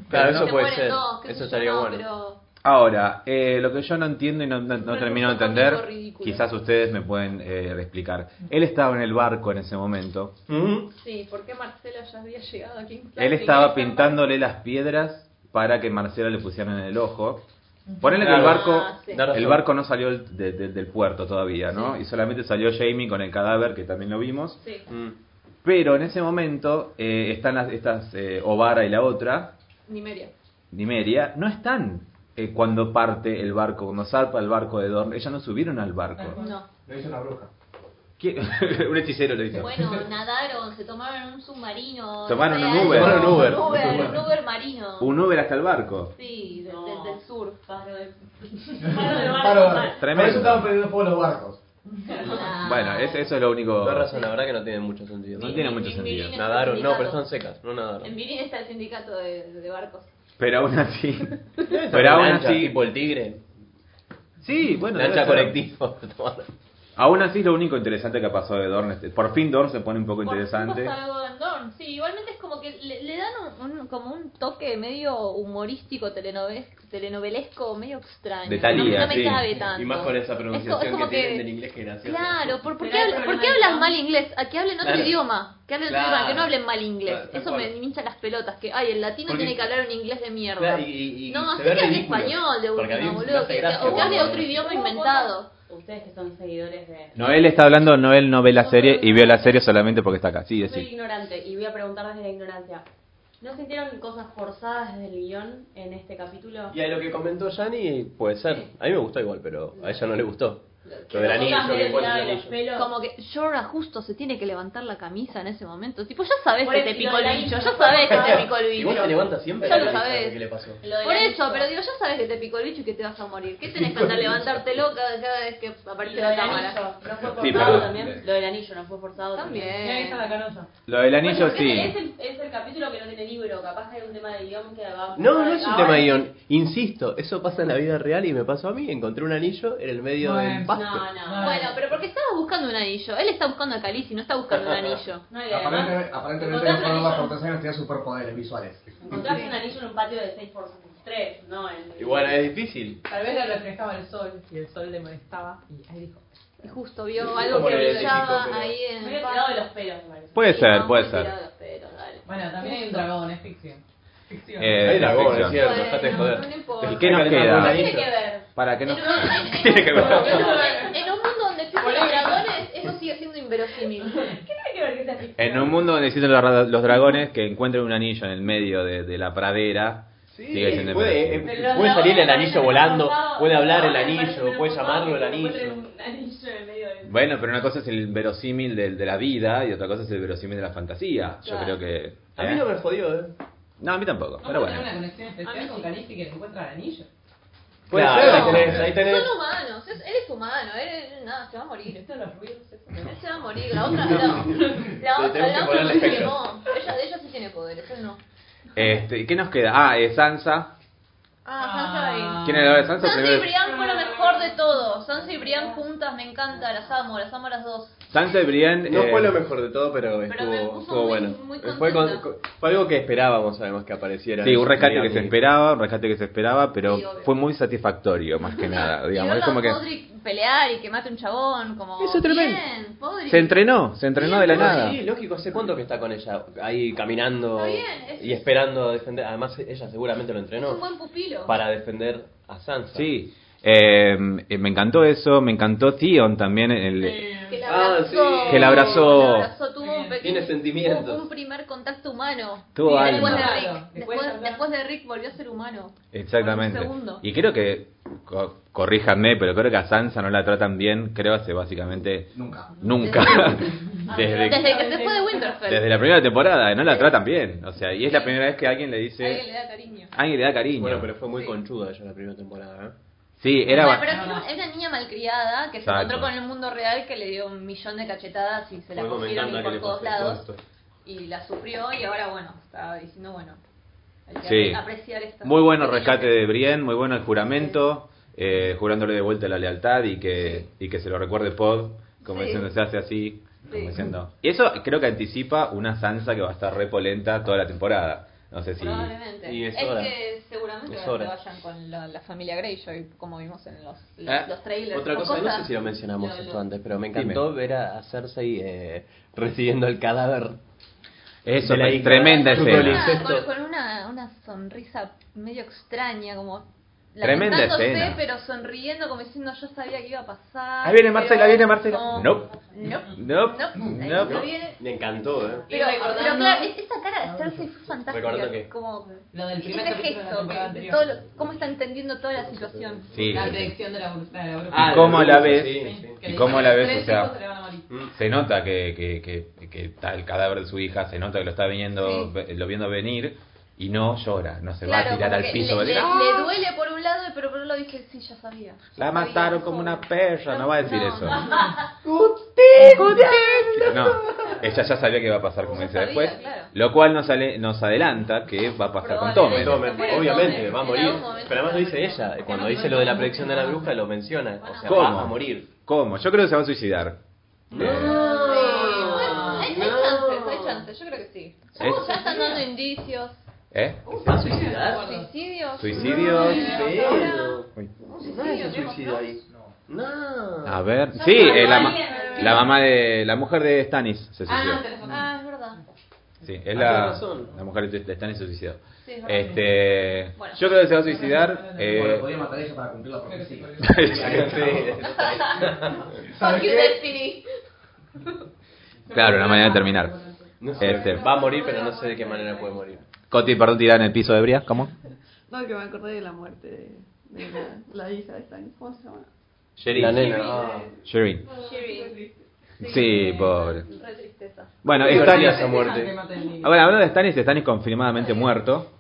Speaker 9: Claro,
Speaker 3: se
Speaker 9: eso puede
Speaker 3: mueren
Speaker 9: ser.
Speaker 3: dos, qué sé
Speaker 9: eso
Speaker 3: yo,
Speaker 9: estaría
Speaker 3: no,
Speaker 9: bueno.
Speaker 3: pero-
Speaker 1: Ahora, eh, lo que yo no entiendo y no, no- no
Speaker 3: Pero
Speaker 1: termino de
Speaker 3: es un
Speaker 1: entender,
Speaker 3: poco ridículo.
Speaker 1: quizás ustedes me pueden eh, explicar. Él estaba en el barco en ese momento.
Speaker 9: Ujú.
Speaker 3: Sí, ¿por qué Marcela ya había llegado a King's
Speaker 1: Él
Speaker 3: Landing?
Speaker 1: estaba pintándole las piedras para que Marcela le pusieran en el ojo. Ponele que el
Speaker 9: Claro.
Speaker 1: barco,
Speaker 3: Ah, sí.
Speaker 9: Da razón.
Speaker 1: el barco no salió del- de- de- del puerto todavía, ¿no? Y solamente salió Jamie con el cadáver, que también lo vimos.
Speaker 3: Sí.
Speaker 9: Mm.
Speaker 1: Pero en ese momento eh, están las, estas eh, Ovara y la otra,
Speaker 3: Nimeria.
Speaker 1: Nimeria, no están eh, cuando parte el barco, cuando zarpa el barco de Dorn. Ellas no subieron al barco.
Speaker 3: No.
Speaker 6: Lo hizo una bruja.
Speaker 1: ¿Qué? <laughs> un hechicero lo hizo.
Speaker 3: Bueno, nadaron, se tomaron un submarino.
Speaker 1: Tomaron
Speaker 3: no
Speaker 1: un
Speaker 3: sé,
Speaker 1: Uber.
Speaker 3: algo,
Speaker 9: Tomaron un Uber.
Speaker 3: Un Uber, un Uber marino.
Speaker 1: Un Uber hasta el barco.
Speaker 3: Sí, de-
Speaker 2: No.
Speaker 3: desde el sur.
Speaker 2: Paro de- Paro de
Speaker 6: Paro,
Speaker 2: barco.
Speaker 1: Tremendo.
Speaker 6: Por eso estaban perdiendo fuego los barcos.
Speaker 3: Ah.
Speaker 1: Bueno, es- eso es lo único.
Speaker 9: Tienes razón, la verdad que no tiene mucho sentido.
Speaker 1: No tiene mucho sentido.
Speaker 9: Nadaron, no, pero están secas, no
Speaker 3: En
Speaker 9: nadaron.
Speaker 3: Virín está el sindicato de, de barcos.
Speaker 1: Pero aún así.
Speaker 9: Pero
Speaker 1: Pero aún así.
Speaker 9: Tipo el tigre,
Speaker 1: Sí, bueno.
Speaker 9: lancha
Speaker 1: debe ser.
Speaker 9: colectivo. <laughs> tomaron.
Speaker 1: Aún así, lo único interesante que pasó de Dorn. es- Por fin Dorn se pone un poco
Speaker 3: Por fin
Speaker 1: interesante.
Speaker 3: pasa algo en Dorn. Sí, igualmente es como que le, le dan un, un- como un toque medio humorístico, telenovel, telenovelesco, medio extraño.
Speaker 1: De Thalía,
Speaker 3: no, no me
Speaker 1: sí.
Speaker 3: cabe tanto. Es co- es como
Speaker 9: inglés que gracioso.
Speaker 3: Claro, ¿por, por,
Speaker 2: Pero
Speaker 3: qué,
Speaker 2: el
Speaker 3: habla-
Speaker 2: problema
Speaker 3: por qué
Speaker 2: es
Speaker 3: hablas
Speaker 2: que-
Speaker 3: mal inglés? A que hablen otro
Speaker 9: Claro.
Speaker 3: idioma. Que hablen otro
Speaker 9: Claro.
Speaker 3: idioma, que no hablen mal inglés.
Speaker 9: Claro, tal
Speaker 3: Eso me
Speaker 9: cual.
Speaker 3: hincha las pelotas. Que, ay, el latino
Speaker 9: Porque-
Speaker 3: tiene que hablar un inglés de mierda.
Speaker 9: Claro, y- y- y
Speaker 3: no, así
Speaker 9: se ve
Speaker 3: que hable
Speaker 9: ridículo.
Speaker 3: español de
Speaker 9: Porque a mí
Speaker 3: última,
Speaker 9: me
Speaker 3: boludo.
Speaker 9: hace
Speaker 3: Que,
Speaker 9: gracia
Speaker 3: o que hable
Speaker 9: cuando-
Speaker 3: otro idioma
Speaker 2: ¿Cómo
Speaker 3: inventado.
Speaker 2: Ustedes que son seguidores de...
Speaker 1: Noel está hablando, Noel no ve la serie y vio la serie solamente porque está acá. Sí,
Speaker 2: Soy
Speaker 1: sí.
Speaker 2: ignorante y voy a preguntar desde la ignorancia. ¿No sintieron cosas forzadas desde el guión en este capítulo?
Speaker 9: Y a lo que comentó Yanni, puede ser. A mí me gustó igual, pero a ella no le gustó. Lo del
Speaker 2: Las
Speaker 9: anillo,
Speaker 2: cosas
Speaker 9: que
Speaker 2: del-
Speaker 9: pone
Speaker 2: la
Speaker 9: el
Speaker 2: de los
Speaker 9: anillo.
Speaker 2: pelos.
Speaker 3: Como que Jorah justo se tiene que levantar la camisa en ese momento. Tipo, ya sabes
Speaker 2: Por
Speaker 3: que
Speaker 2: el-
Speaker 3: te
Speaker 2: lo
Speaker 3: picó
Speaker 2: de la
Speaker 3: el bicho.
Speaker 2: isla.
Speaker 3: Ya sabes que te picó el
Speaker 9: Igual
Speaker 3: bicho.
Speaker 9: se levanta siempre.
Speaker 3: Ya
Speaker 9: la
Speaker 3: lo
Speaker 9: cabeza,
Speaker 3: sabes.
Speaker 9: ¿Qué le pasó?
Speaker 2: Lo del
Speaker 3: Por
Speaker 2: anillo.
Speaker 3: eso, pero digo, ya sabes que te picó el bicho y que te vas a morir. ¿Qué
Speaker 9: <laughs>
Speaker 3: tenés que andar levantarte loca cada vez que
Speaker 2: Y
Speaker 3: aparece
Speaker 2: Lo
Speaker 3: la
Speaker 2: del
Speaker 3: cámara?
Speaker 2: anillo, ¿no fue forzado
Speaker 1: Sí, pero-
Speaker 2: también? Lo del anillo, ¿no fue forzado
Speaker 5: Eh,
Speaker 3: También.
Speaker 2: Mirá que está la canosa.
Speaker 1: Lo del
Speaker 2: Bueno,
Speaker 1: anillo,
Speaker 2: ese Es
Speaker 1: sí.
Speaker 2: el, es el capítulo que no tiene libro, capaz hay un tema de guión que va Ah,
Speaker 9: No, no es un
Speaker 2: Ahora
Speaker 9: tema de
Speaker 2: sí.
Speaker 9: guión. Insisto, eso pasa en la vida real y me pasó a mí. Encontré un anillo en el medio del pasto.
Speaker 2: No, no.
Speaker 3: Bueno, pero porque estabas buscando un anillo. Él está buscando a Calici, no está
Speaker 9: <laughs>
Speaker 3: buscando un anillo.
Speaker 2: No, y además,
Speaker 6: Aparentemente, aparentemente los
Speaker 2: encontraste
Speaker 6: fueron
Speaker 2: un
Speaker 6: las
Speaker 2: anillo-
Speaker 6: cortesanas tenían superpoderes visuales.
Speaker 2: Encontraste un anillo en un patio de 6 por 3, no en...
Speaker 9: Igual es difícil.
Speaker 5: Tal vez le refrescaba el sol y el sol le molestaba y ahí dijo.
Speaker 3: Y justo vio algo
Speaker 9: como
Speaker 3: que
Speaker 9: el eléctrico,
Speaker 3: brillaba
Speaker 9: pero-
Speaker 3: ahí
Speaker 2: Me
Speaker 3: en
Speaker 2: hubiera
Speaker 3: el
Speaker 2: tirado de
Speaker 3: patio.
Speaker 2: los pelos, me parece.
Speaker 1: Puede
Speaker 3: Ah, Sí,
Speaker 1: ser,
Speaker 3: no,
Speaker 1: puede
Speaker 3: muy
Speaker 1: ser.
Speaker 3: tirado, pero dale.
Speaker 5: Bueno, también hay un dragón, es ficción.
Speaker 1: Eh,
Speaker 10: Hay dragones,
Speaker 1: ficción.
Speaker 10: es cierto, dejate de
Speaker 3: Bueno,
Speaker 10: joder.
Speaker 3: no importa.
Speaker 1: ¿Y qué nos
Speaker 10: Hay dragones,
Speaker 1: queda?
Speaker 10: anillo.
Speaker 8: Tiene que ver.
Speaker 1: Para que
Speaker 3: <laughs>
Speaker 1: no.
Speaker 3: En un-
Speaker 1: ¿Qué tiene que ver?
Speaker 3: En un mundo donde existen los dragones, eso sigue siendo inverosímil.
Speaker 8: ¿Qué tiene que ver que sea ficción?
Speaker 1: En un mundo donde existen los, ra- los dragones que encuentren un anillo en el medio de, de la pradera. sigue siendo
Speaker 9: puede, eh,
Speaker 1: inverosímil.
Speaker 8: Pero los
Speaker 9: puede salir el
Speaker 8: dragones
Speaker 9: anillo
Speaker 8: parecen
Speaker 9: volando,
Speaker 8: atrapados.
Speaker 9: puede hablar el
Speaker 8: No, me parece
Speaker 9: anillo, puede
Speaker 8: preocupante
Speaker 9: llamarlo
Speaker 8: que
Speaker 9: el
Speaker 8: encuentren
Speaker 9: anillo.
Speaker 8: un anillo en medio de-
Speaker 1: Bueno, pero una cosa es el verosímil de, de la vida y otra cosa es el verosímil de la fantasía. Yo
Speaker 3: Claro.
Speaker 1: creo que.
Speaker 9: A mí
Speaker 1: ¿eh?
Speaker 9: no me jodió, eh.
Speaker 1: No, a mí tampoco, pero
Speaker 7: pero
Speaker 1: bueno.
Speaker 7: una conexión
Speaker 3: A
Speaker 5: Ah,
Speaker 3: mí
Speaker 7: especial con
Speaker 3: sí.
Speaker 7: Califi que encuentra el anillo.
Speaker 1: Puede
Speaker 9: Claro,
Speaker 1: ser.
Speaker 9: ahí tenés, ahí tenés.
Speaker 3: Son humanos, es- él es humano, él, él- nada, se va a morir.
Speaker 8: Esto los ruidos, eso.
Speaker 3: Él se va a morir,
Speaker 1: <laughs>
Speaker 3: la otra, la, la
Speaker 9: Le tenemos
Speaker 3: otra,
Speaker 9: que
Speaker 3: la otra
Speaker 9: poner el
Speaker 3: se
Speaker 9: efecto.
Speaker 3: quemó. Ella, de ella sí tiene poderes, él no.
Speaker 1: Este, ¿y ¿Qué nos queda? Ah, eh, Sansa.
Speaker 3: Ah, Sansa
Speaker 1: ¿Quién era la de Sansa?
Speaker 3: Sansa y
Speaker 1: Primero-
Speaker 3: Brian fue lo mejor de todo. Sansa y Brian juntas, me encanta, las amo, las amo a las dos.
Speaker 1: Sansa y Brian.
Speaker 9: No
Speaker 1: eh,
Speaker 9: fue lo mejor de todo, pero estuvo,
Speaker 3: me puso
Speaker 9: estuvo
Speaker 3: muy-
Speaker 9: bueno.
Speaker 3: muy
Speaker 9: fue,
Speaker 3: contenta.
Speaker 9: con- fue algo que esperábamos, además, que apareciera.
Speaker 1: Sí, un rescate que
Speaker 9: Digamos.
Speaker 1: se esperaba, un rescate que se esperaba, pero
Speaker 3: Sí, obvio.
Speaker 1: fue muy satisfactorio, más que
Speaker 3: <laughs>
Speaker 1: nada. Digamos,
Speaker 3: y
Speaker 1: es como que
Speaker 3: Podrick pelear y que mate un chabón, como.
Speaker 1: Eso tremendo.
Speaker 3: Bien, Podrick.
Speaker 1: se entrenó, se entrenó de la
Speaker 9: Sí,
Speaker 1: nada.
Speaker 9: Sí, lógico, ¿hace cuánto que está con ella? Ahí caminando
Speaker 3: Está bien, es-
Speaker 9: y esperando a defender. Además, ella seguramente lo
Speaker 3: Es un
Speaker 9: entrenó
Speaker 3: buen pupilo.
Speaker 9: para defender a Sansa.
Speaker 1: Sí, eh, me encantó eso, me encantó Theon también, el,
Speaker 5: Eh,
Speaker 3: Que la
Speaker 9: Ah,
Speaker 3: abrazó.
Speaker 9: sí.
Speaker 1: Que la abrazó.
Speaker 3: Que la abrazó, tuvo un pequeño.
Speaker 9: Tiene sentimientos.
Speaker 3: Un, un primer contacto humano.
Speaker 1: Tuvo
Speaker 3: Y
Speaker 1: alma.
Speaker 3: después de Rick.
Speaker 7: Claro, después
Speaker 3: Después,
Speaker 7: hablar.
Speaker 3: después de Rick volvió a ser humano.
Speaker 1: exactamente.
Speaker 3: Por un segundo.
Speaker 1: Y creo que, co- corríjanme, pero creo que a Sansa no la tratan bien, creo hace básicamente
Speaker 6: Nunca.
Speaker 1: nunca.
Speaker 3: Ah,
Speaker 1: <laughs>
Speaker 3: Desde,
Speaker 1: desde,
Speaker 3: que se fue de Winterfell.
Speaker 1: desde la primera temporada, no la tratan bien. O sea, y es la primera vez que alguien le
Speaker 3: Alguien
Speaker 1: dice,
Speaker 3: le da cariño.
Speaker 1: alguien le da cariño.
Speaker 9: Bueno, pero fue muy conchuda ella la primera temporada, ¿eh?
Speaker 1: Sí, era... ba-
Speaker 3: Bueno, pero es una, es una niña malcriada que
Speaker 1: Exacto.
Speaker 3: se encontró con el mundo real que le dio un millón de cachetadas y se la
Speaker 9: Bueno, me
Speaker 3: cogieron
Speaker 9: encanta
Speaker 3: y
Speaker 9: que le
Speaker 3: por todos
Speaker 9: pase todo
Speaker 3: lados.
Speaker 9: esto.
Speaker 3: Y la sufrió y ahora, bueno, está diciendo, bueno, hay que
Speaker 1: Sí.
Speaker 3: apreciar esta.
Speaker 1: Muy bueno el rescate de Brienne, muy bueno el juramento, eh, jurándole de vuelta la lealtad y que, y que se lo recuerde Pod, como
Speaker 3: Sí.
Speaker 1: diciendo se hace así, como
Speaker 3: Sí.
Speaker 1: diciendo. Y eso creo que anticipa una Sansa que va a estar repolenta toda la temporada. No sé si.
Speaker 3: Probablemente.
Speaker 9: Y es
Speaker 3: es
Speaker 9: hora.
Speaker 3: que seguramente
Speaker 9: Es
Speaker 3: se
Speaker 9: hora.
Speaker 3: vayan con la, la familia Greyjoy, como vimos en los, los,
Speaker 9: Ah,
Speaker 3: trailers.
Speaker 9: Otra
Speaker 3: o
Speaker 9: cosa, no
Speaker 3: cosas.
Speaker 9: sé si lo mencionamos
Speaker 3: Lo-
Speaker 9: esto
Speaker 3: lo-
Speaker 9: antes, pero me encantó ver a a Cersei eh, recibiendo el cadáver.
Speaker 1: Eso,
Speaker 9: De la hija.
Speaker 1: tremenda
Speaker 9: Fruto
Speaker 3: Con
Speaker 9: del
Speaker 1: escena.
Speaker 3: una-
Speaker 9: incesto.
Speaker 3: Con, con una, una sonrisa medio extraña, como
Speaker 1: Tremenda
Speaker 3: lamentándose,
Speaker 1: escena.
Speaker 3: pero sonriendo, como diciendo yo sabía que iba a pasar.
Speaker 1: Ahí viene
Speaker 3: pero-
Speaker 1: Marcela, ahí viene Marcela.
Speaker 3: No.
Speaker 1: Nope.
Speaker 3: No.
Speaker 1: Nope.
Speaker 3: Ahí
Speaker 1: Nope.
Speaker 3: no viene.
Speaker 9: Me encantó, ¿eh?
Speaker 3: Pero,
Speaker 7: Y recordando-
Speaker 3: pero claro, es- esa cara de Cersei fue fantástica.
Speaker 9: Recordando que-
Speaker 3: Como
Speaker 7: Lo del primer
Speaker 5: este
Speaker 3: ese
Speaker 7: capítulo de la
Speaker 3: gesto, que-
Speaker 7: temporada
Speaker 3: de
Speaker 7: anterior.
Speaker 3: todo lo- cómo está entendiendo toda la situación.
Speaker 1: Sí.
Speaker 7: La predicción de la evolución de la bruja.
Speaker 1: Ah, cómo la ves?
Speaker 9: Sí,
Speaker 7: Que
Speaker 1: ¿Y
Speaker 7: le
Speaker 1: cómo
Speaker 7: dijo,
Speaker 1: la ves?
Speaker 7: "Tres
Speaker 1: O sea,
Speaker 7: hijos se le van a morir".
Speaker 9: sí. Mm.
Speaker 1: Se nota que, que, que, que está el cadáver de su hija, se nota que lo está viendo, ve- lo viendo venir y no llora, no se va a tirar
Speaker 3: como
Speaker 1: al
Speaker 3: que
Speaker 1: piso. va a
Speaker 3: Le,
Speaker 1: decir,
Speaker 3: le-
Speaker 1: "Ah,
Speaker 3: le duele por un lado, pero por otro lado dice, sí, ya sabía.
Speaker 1: La mataron como una perra, no va a decir
Speaker 3: No.
Speaker 1: eso.
Speaker 3: <laughs>
Speaker 1: No, ella ya sabía que iba a pasar, como
Speaker 3: Ya
Speaker 1: dice
Speaker 3: sabía,
Speaker 1: después.
Speaker 3: claro.
Speaker 1: Lo cual nos, ale- nos adelanta que va a pasar con Tommen.
Speaker 3: Probablemente.
Speaker 9: Tomen,
Speaker 3: Bueno,
Speaker 9: obviamente,
Speaker 3: tomen.
Speaker 9: va a
Speaker 3: En
Speaker 9: morir.
Speaker 3: algún momento
Speaker 9: Pero
Speaker 3: se va
Speaker 9: además lo
Speaker 3: a
Speaker 9: dice
Speaker 3: morir.
Speaker 9: ella. Cuando dice lo de la predicción de la bruja, lo menciona. O sea,
Speaker 1: ¿Cómo?
Speaker 9: va a morir.
Speaker 1: ¿Cómo? Yo creo que se va a suicidar. Eh,
Speaker 3: Sí, bueno, hay, hay chances, hay chances, yo creo que sí.
Speaker 1: Es-
Speaker 3: Ya están dando indicios.
Speaker 1: ¿Eh?
Speaker 9: ¿Va a suicidar?
Speaker 3: Suicidios.
Speaker 1: Suicidios. Uy.
Speaker 3: Un
Speaker 9: No
Speaker 3: suicidio,
Speaker 9: es
Speaker 3: creo,
Speaker 9: suicidio
Speaker 3: ¿no?
Speaker 9: ahí.
Speaker 6: No.
Speaker 9: No.
Speaker 1: A ver. Sí, eh, la, ma- la mamá de. La mujer de Stannis se
Speaker 7: Ah,
Speaker 1: suicidó.
Speaker 7: tenés razón.
Speaker 3: Ah, es verdad.
Speaker 1: Sí, es
Speaker 9: Ah, tenés
Speaker 1: la,
Speaker 9: razón.
Speaker 1: la mujer de de Stannis se suicidó.
Speaker 3: Sí, es verdad.
Speaker 1: Este,
Speaker 3: Bueno.
Speaker 1: yo creo que se va a suicidar.
Speaker 6: Bueno,
Speaker 1: eh,
Speaker 6: podía matar ella para cumplir la
Speaker 1: <laughs>
Speaker 6: profecía.
Speaker 3: Fuck you, Destiny.
Speaker 1: claro, una manera de terminar.
Speaker 9: No sé,
Speaker 1: Este.
Speaker 9: Va a morir, pero no sé de qué manera puede morir.
Speaker 1: Coti, perdón, tirada en el piso de Bria, ¿cómo?
Speaker 5: No, que me acordé de la muerte de, de la, la hija de Stan. ¿Cómo se llama?
Speaker 9: La nena. ah.
Speaker 1: Sherin.
Speaker 3: Shiri.
Speaker 1: Sí, pobre.
Speaker 3: Re tristeza.
Speaker 1: Bueno,
Speaker 9: Qué divertida esa
Speaker 1: Stannis.
Speaker 9: muerte.
Speaker 1: Ah, bueno, hablando de Stannis, Stannis confirmadamente muerto.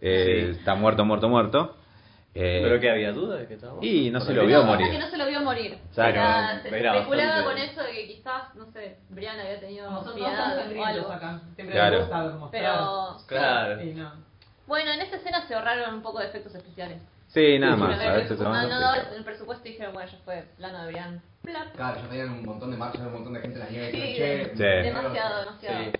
Speaker 1: Eh, Está muerto, muerto, muerto. Eh,
Speaker 9: ¿Pero que había duda de que estábamos?
Speaker 1: Y no se lo
Speaker 9: Por
Speaker 1: vio
Speaker 9: ahí.
Speaker 3: Lo que pasa
Speaker 1: morir.
Speaker 3: es que no se lo vio morir.
Speaker 1: O sea,
Speaker 3: Era-
Speaker 9: no,
Speaker 3: se
Speaker 9: era
Speaker 3: especulaba
Speaker 9: bastante-
Speaker 3: con eso de que quizás, no sé, Brian había tenido
Speaker 7: Como son todos tan
Speaker 3: piedad o
Speaker 7: sangrientos
Speaker 3: algo.
Speaker 7: acá. Siempre
Speaker 1: Claro.
Speaker 7: les gusta mostrar.
Speaker 3: Pero
Speaker 9: Claro.
Speaker 7: Sí, no.
Speaker 3: bueno, en esta escena se ahorraron un poco de efectos especiales.
Speaker 1: Sí, nada
Speaker 9: Sí,
Speaker 1: más.
Speaker 3: No,
Speaker 1: A veces Ah, se
Speaker 3: no,
Speaker 1: van
Speaker 3: Ah, no
Speaker 1: a
Speaker 3: daba
Speaker 1: hacer.
Speaker 3: el presupuesto y dijeron, bueno, ya fue plano de Brian. Plap.
Speaker 6: Claro, ya tenían un montón de marchas, un montón de gente en la nieve.
Speaker 3: Sí,
Speaker 6: che,
Speaker 1: Sí.
Speaker 3: Demasiado, demasiado.
Speaker 9: Sí.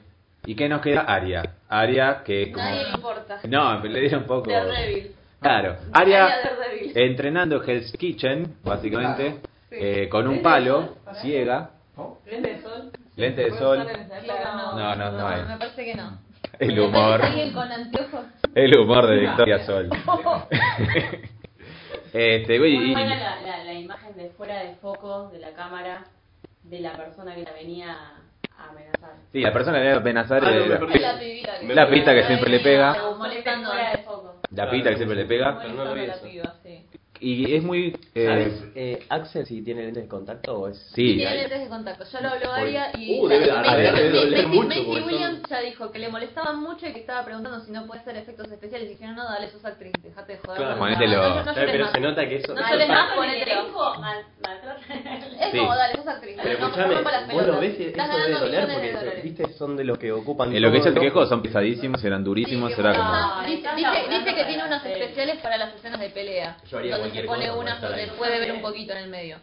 Speaker 1: ¿Y qué nos queda? Aria. Aria, que es como.
Speaker 3: Nadie le importa.
Speaker 1: No, le dieron un poco.
Speaker 3: Daredevil.
Speaker 1: Claro.
Speaker 3: Aria
Speaker 1: Aria
Speaker 3: Daredevil.
Speaker 1: entrenando Hell's Kitchen, básicamente,
Speaker 6: Claro.
Speaker 1: eh, con un palo, ciega.
Speaker 6: ¿no?
Speaker 7: Lente de sol.
Speaker 1: Lente de sol.
Speaker 2: Claro,
Speaker 1: No, no, no hay.
Speaker 3: Me parece que no.
Speaker 1: El
Speaker 3: Me
Speaker 1: humor.
Speaker 3: parece Alguien con anteojos.
Speaker 1: El humor de Victoria Sol. <laughs> Este, güey,
Speaker 2: Muy
Speaker 1: y-
Speaker 2: buena la, la, la imagen de fuera de foco de la cámara de la persona que la venía a amenazar.
Speaker 1: sí, la persona que debe amenazar
Speaker 4: Ah, no,
Speaker 1: era-
Speaker 4: me perdí.
Speaker 3: Es <laughs> la pibita que,
Speaker 1: La pibita que
Speaker 3: la
Speaker 1: siempre le
Speaker 3: venía
Speaker 1: pega.
Speaker 3: Molestando
Speaker 2: fuera de foco.
Speaker 1: la pita que siempre le pega.
Speaker 4: Pero no lo vi
Speaker 3: molestando a la
Speaker 4: eso.
Speaker 3: piba, sí.
Speaker 1: Y es muy. eh,
Speaker 4: Ah,
Speaker 9: ¿Sabes, eh, Axel, si tiene lentes de contacto o es...?
Speaker 1: Sí,
Speaker 3: Tiene
Speaker 1: ahí-
Speaker 3: lentes de contacto. Yo lo habló Aria y
Speaker 4: Uh, debe
Speaker 3: Becky-
Speaker 4: dar- debe
Speaker 3: Becky-
Speaker 4: doler
Speaker 3: Becky-
Speaker 4: mucho,
Speaker 3: Becky
Speaker 4: porque
Speaker 3: Williams ya dijo que le molestaban mucho y que estaba preguntando si no puede hacer efectos especiales. Y dijeron, no, dale, sos actriz, dejate de joder.
Speaker 4: Claro.
Speaker 3: no,
Speaker 1: Ponételo.
Speaker 3: no, no, no
Speaker 4: Eh,
Speaker 3: llores
Speaker 4: pero
Speaker 3: más.
Speaker 4: se nota que eso.
Speaker 3: No llores más, ponete
Speaker 2: el
Speaker 3: ojo.
Speaker 2: hijo, mal-
Speaker 3: <laughs>
Speaker 2: maltrata.
Speaker 3: Es
Speaker 1: Sí.
Speaker 3: como, dale, sos actriz.
Speaker 9: Pero
Speaker 3: no,
Speaker 9: escúchame,
Speaker 3: rompa las
Speaker 9: vos lo
Speaker 3: pelotas.
Speaker 9: ves, y eso
Speaker 3: Estás
Speaker 9: debe
Speaker 3: ganando
Speaker 9: doler
Speaker 3: millones de
Speaker 9: porque,
Speaker 3: dólares.
Speaker 9: viste, son de los que ocupan...
Speaker 1: En lo que
Speaker 9: todo,
Speaker 1: ella se
Speaker 9: ¿no?
Speaker 1: quejó, son pesadísimos, eran durísimos,
Speaker 3: Sí, ah.
Speaker 1: era
Speaker 3: que
Speaker 1: como.
Speaker 3: está- dice, dice- dice que tiene unos especiales para las escenas de pelea.
Speaker 9: Yo haría
Speaker 3: Entonces
Speaker 9: cualquier
Speaker 3: se pone
Speaker 9: cosa por
Speaker 3: unas
Speaker 9: estar
Speaker 3: donde
Speaker 9: ahí.
Speaker 3: puede ver un poquito en el medio.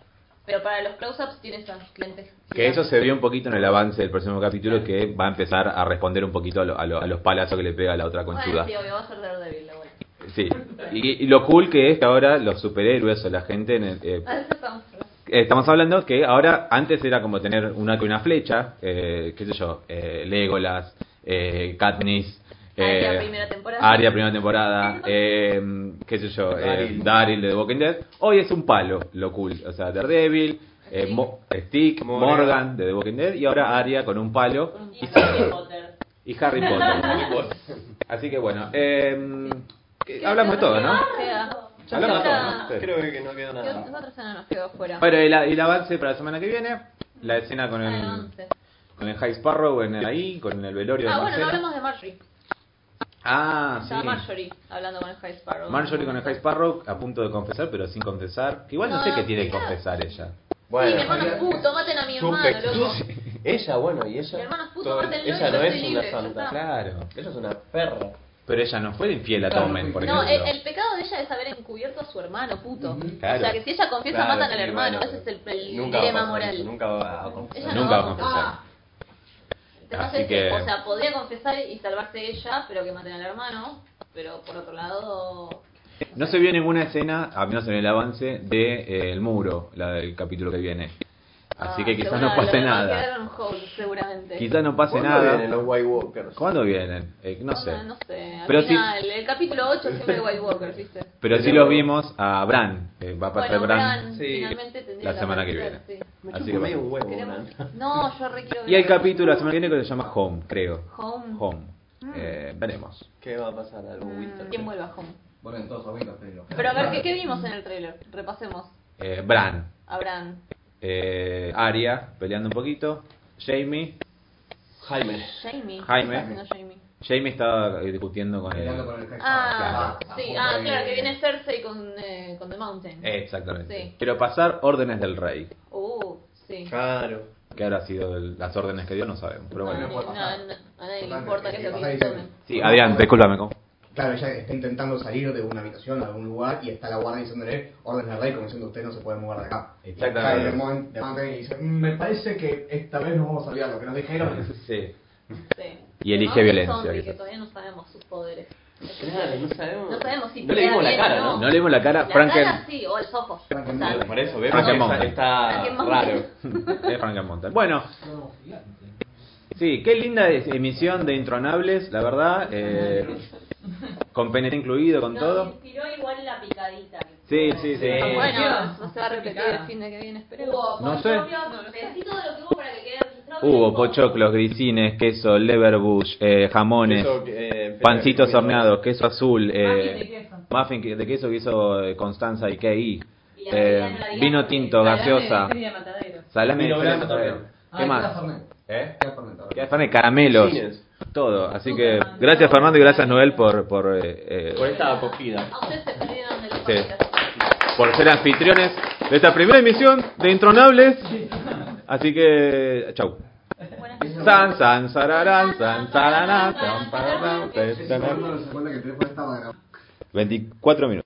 Speaker 3: Pero para los close-ups tiene esas lentes.
Speaker 1: Que eso se vio un poquito en el avance del próximo capítulo, que va a empezar a responder un poquito a, lo- a lo- a los palazos que le pega la otra
Speaker 3: Bueno,
Speaker 1: conchuda.
Speaker 3: sí, obvio, va a ser Daredevil, la buena.
Speaker 1: Sí. Y, y lo cool que es que ahora los superhéroes o la gente en el, eh,
Speaker 3: Ah, eso está monstruo.
Speaker 1: Estamos hablando que ahora, antes era como tener un arco y una flecha, eh, qué sé yo, eh, Legolas, eh, Katniss,
Speaker 3: Arya,
Speaker 1: eh,
Speaker 3: primera temporada.
Speaker 1: Arya, primera <laughs> temporada, eh, qué sé yo, eh,
Speaker 9: Daryl.
Speaker 1: Daryl de The Walking Dead. Hoy es un palo, lo cool, o sea, Daredevil, eh, Mo- Stick,
Speaker 4: Morgan.
Speaker 1: Morgan de The Walking Dead y ahora Arya con un palo
Speaker 2: Y Harry Potter.
Speaker 1: y Harry
Speaker 4: <laughs>
Speaker 1: Potter. Así que bueno, eh, hablamos de todo, ¿no?
Speaker 3: Queda.
Speaker 1: Hablamos de todo,
Speaker 3: Ahora-
Speaker 1: ¿no? Sí.
Speaker 4: Creo que no quedó
Speaker 3: ¿Qué
Speaker 4: nada.
Speaker 3: otra escena nos quedó fuera?
Speaker 1: Bueno, el, el avance para la semana que viene, la escena con
Speaker 3: Ah, el
Speaker 1: el,
Speaker 3: once.
Speaker 1: con el High Sparrow en el- ahí, con el velorio
Speaker 3: Ah,
Speaker 1: de
Speaker 3: bueno, no
Speaker 1: Marcela.
Speaker 3: hablamos de Marjorie.
Speaker 1: Ah,
Speaker 3: Estaba
Speaker 1: sí.
Speaker 3: Marjorie hablando con el High Sparrow.
Speaker 1: Marjorie con el High Sparrow a punto de confesar, pero sin confesar. Que Igual no,
Speaker 3: No,
Speaker 1: sé qué tiene que
Speaker 3: ella-
Speaker 1: confesar ella.
Speaker 3: Sí, mi
Speaker 9: Bueno,
Speaker 3: hermano es puto, maten a mi hermano, loco.
Speaker 9: ella, bueno, y ella...
Speaker 3: Mi hermano es puto,
Speaker 9: todo-
Speaker 3: mátenlo y
Speaker 9: Ella
Speaker 3: yo
Speaker 9: no
Speaker 3: estoy
Speaker 9: es
Speaker 3: libre,
Speaker 9: una
Speaker 3: ya está.
Speaker 9: santa.
Speaker 1: Claro.
Speaker 9: Ella es una perra.
Speaker 1: Pero ella no fue infiel a
Speaker 6: Claro,
Speaker 1: Tommen, por
Speaker 3: No,
Speaker 1: ejemplo.
Speaker 3: el, el pecado de ella es haber encubierto a su hermano, puto.
Speaker 1: Claro.
Speaker 3: O sea, que si ella confiesa,
Speaker 9: Claro,
Speaker 3: matan al
Speaker 9: sí,
Speaker 3: hermano.
Speaker 9: bueno,
Speaker 3: Ese es el, el
Speaker 9: Nunca va a
Speaker 3: dilema
Speaker 9: pasar
Speaker 3: moral.
Speaker 9: eso, nunca va a confesar.
Speaker 3: Ella
Speaker 1: Nunca
Speaker 3: no
Speaker 1: va
Speaker 3: Ah.
Speaker 1: a confesar. Así
Speaker 3: Entonces,
Speaker 1: que-
Speaker 3: o sea, podría confesar y salvarse ella, pero que maten al hermano. Pero por otro lado,
Speaker 1: No se vio ninguna escena, al menos en el avance, de eh, El Muro, la del capítulo que viene. Así
Speaker 3: ah,
Speaker 1: que quizás
Speaker 3: seguro
Speaker 1: no pase
Speaker 3: lo demás
Speaker 1: nada.
Speaker 3: quedaron holes, seguramente.
Speaker 1: Quizás no pase
Speaker 9: ¿Cuándo
Speaker 1: nada.
Speaker 9: vienen los White Walkers?
Speaker 1: ¿Cuándo vienen? Eh, no sé.
Speaker 3: No, Ah, no sé. Al
Speaker 1: Pero sí-
Speaker 3: final, el capítulo 8 siempre White Walker,
Speaker 1: <laughs>
Speaker 3: ¿viste?
Speaker 1: Pero sí
Speaker 9: Pero-
Speaker 1: los vimos a Bran. eh, va a pasar
Speaker 3: bueno,
Speaker 1: Bran.
Speaker 3: Bran
Speaker 4: sí,
Speaker 3: finalmente tendría
Speaker 1: la semana que
Speaker 3: aparecer,
Speaker 1: viene.
Speaker 3: sí.
Speaker 9: Me
Speaker 1: Así
Speaker 9: chupa
Speaker 1: que bueno.
Speaker 9: medio un huevo,
Speaker 3: Queremos-
Speaker 9: man.
Speaker 3: No, yo requiero ver.
Speaker 1: Y el capítulo la semana que viene que se llama Home, creo.
Speaker 3: Home. Ah.
Speaker 1: Home. Eh, veremos.
Speaker 9: <laughs> ¿Qué va a pasar? ¿Algo
Speaker 3: Mm,
Speaker 9: Winter?
Speaker 3: ¿Quién vuelve a Home?
Speaker 6: Vuelven todos a Windows, pero.
Speaker 3: Pero a ver, ¿qué, qué vimos en el trailer? Repasemos.
Speaker 1: Eh, Bran,
Speaker 3: A Bran.
Speaker 1: eh, Aria peleando un poquito. Jamie.
Speaker 9: Jaime.
Speaker 3: Jamie. ¿Qué
Speaker 1: Jaime.
Speaker 3: está haciendo Jamie?
Speaker 1: Jamie estaba eh, discutiendo con él.
Speaker 6: Peleando con el High
Speaker 3: Ah,
Speaker 6: Sparrow.
Speaker 3: sí, ah, claro, que viene Cersei con, eh, con The Mountain.
Speaker 1: Exactamente.
Speaker 3: Sí.
Speaker 1: Quiero pasar órdenes del rey.
Speaker 3: Uh, sí.
Speaker 9: Claro.
Speaker 1: Que habrá sido el- las órdenes que dio, no sabemos. Pero
Speaker 3: No,
Speaker 1: bueno. Ah.
Speaker 6: no
Speaker 2: Ah,
Speaker 6: puede
Speaker 3: no,
Speaker 6: pasar.
Speaker 3: no, a nadie le
Speaker 6: Totalmente,
Speaker 3: importa
Speaker 6: que
Speaker 3: que se
Speaker 6: pasa
Speaker 3: lo
Speaker 6: ahí,
Speaker 3: tomen.
Speaker 1: Sí, Adrián, discúlpame. ¿cómo?
Speaker 10: Claro, ella está intentando salir de una habitación a algún lugar y está la guardia diciéndole orden al rey como diciendo usted no se puede mover de acá.
Speaker 1: Exactamente.
Speaker 10: Y cae el mon- de Mountain y dice, "Mm, me parece que esta vez nos vamos a olvidar lo que nos dijeron.
Speaker 1: Sí.
Speaker 3: Sí.
Speaker 1: Y elige
Speaker 3: Mountain
Speaker 1: violencia,
Speaker 3: Zombie, que
Speaker 1: quizás.
Speaker 3: todavía no sabemos sus poderes.
Speaker 9: Claro, no sabemos.
Speaker 3: No sabemos si
Speaker 9: No le vimos la
Speaker 3: queda
Speaker 9: cara,
Speaker 3: bien o
Speaker 9: ¿no?
Speaker 1: No le vimos la cara.
Speaker 3: La
Speaker 1: Franken.
Speaker 3: cara sí, o los ojos.
Speaker 10: Franken-
Speaker 3: Tal vez.
Speaker 9: Por eso,
Speaker 1: vemos
Speaker 9: vemos
Speaker 1: que
Speaker 9: que
Speaker 1: está-
Speaker 9: está
Speaker 3: Frankenmonster.
Speaker 1: <laughs>
Speaker 9: raro.
Speaker 1: Es Frankenmonster. Bueno. Sí, qué linda es- emisión de Intronables, la verdad. eh, con PNT incluido, con
Speaker 2: Nos
Speaker 1: todo.
Speaker 2: inspiró igual la picadita.
Speaker 1: Sí, sí, sí.
Speaker 9: Sí.
Speaker 3: Bueno,
Speaker 7: Eh, Dios,
Speaker 3: eso se va a repetir el
Speaker 7: complicada.
Speaker 3: fin de que viene, esperemos.
Speaker 2: Hubo
Speaker 1: No sé.
Speaker 2: pochoclos, decí todo lo que hubo para que quede registrado.
Speaker 1: Hubo pochoclos, grisines, queso, leverbush, eh, jamones,
Speaker 9: Eso, eh,
Speaker 1: pancitos
Speaker 9: pero-
Speaker 1: horneados, queso azul,
Speaker 7: Muffin de
Speaker 1: eh,
Speaker 7: queso.
Speaker 1: muffin que- de queso que hizo eh, Constanza y KI,
Speaker 2: Y la
Speaker 1: eh,
Speaker 2: comida no la
Speaker 1: vino
Speaker 2: digas,
Speaker 1: tinto,
Speaker 2: porque-
Speaker 1: gaseosa,
Speaker 7: Sería matadero.
Speaker 1: salame de
Speaker 9: Vino blanco
Speaker 1: fresa también.
Speaker 9: también.
Speaker 6: Ah,
Speaker 1: ¿Qué
Speaker 6: queda
Speaker 1: más?
Speaker 6: Fernet.
Speaker 1: ¿Eh?
Speaker 6: Queda Fernet ahora.
Speaker 1: Queda Fernet, caramelos,
Speaker 9: Cines.
Speaker 1: todo. Así que gracias Fernando y gracias Noel por, por, eh, eh,
Speaker 9: Por esta acogida.
Speaker 3: A ustedes se perdieron del
Speaker 1: Sí.
Speaker 3: podcast.
Speaker 1: por ser anfitriones de esta primera emisión de Intronables. Así que, chau.
Speaker 3: Buenas
Speaker 1: San, san, sararán, san, sararán, san, pararán,
Speaker 6: Ese
Speaker 1: tan,
Speaker 6: segundo
Speaker 1: tararán.
Speaker 6: no se cuenta que el teléfono estaba grabado.
Speaker 1: 24 minutos.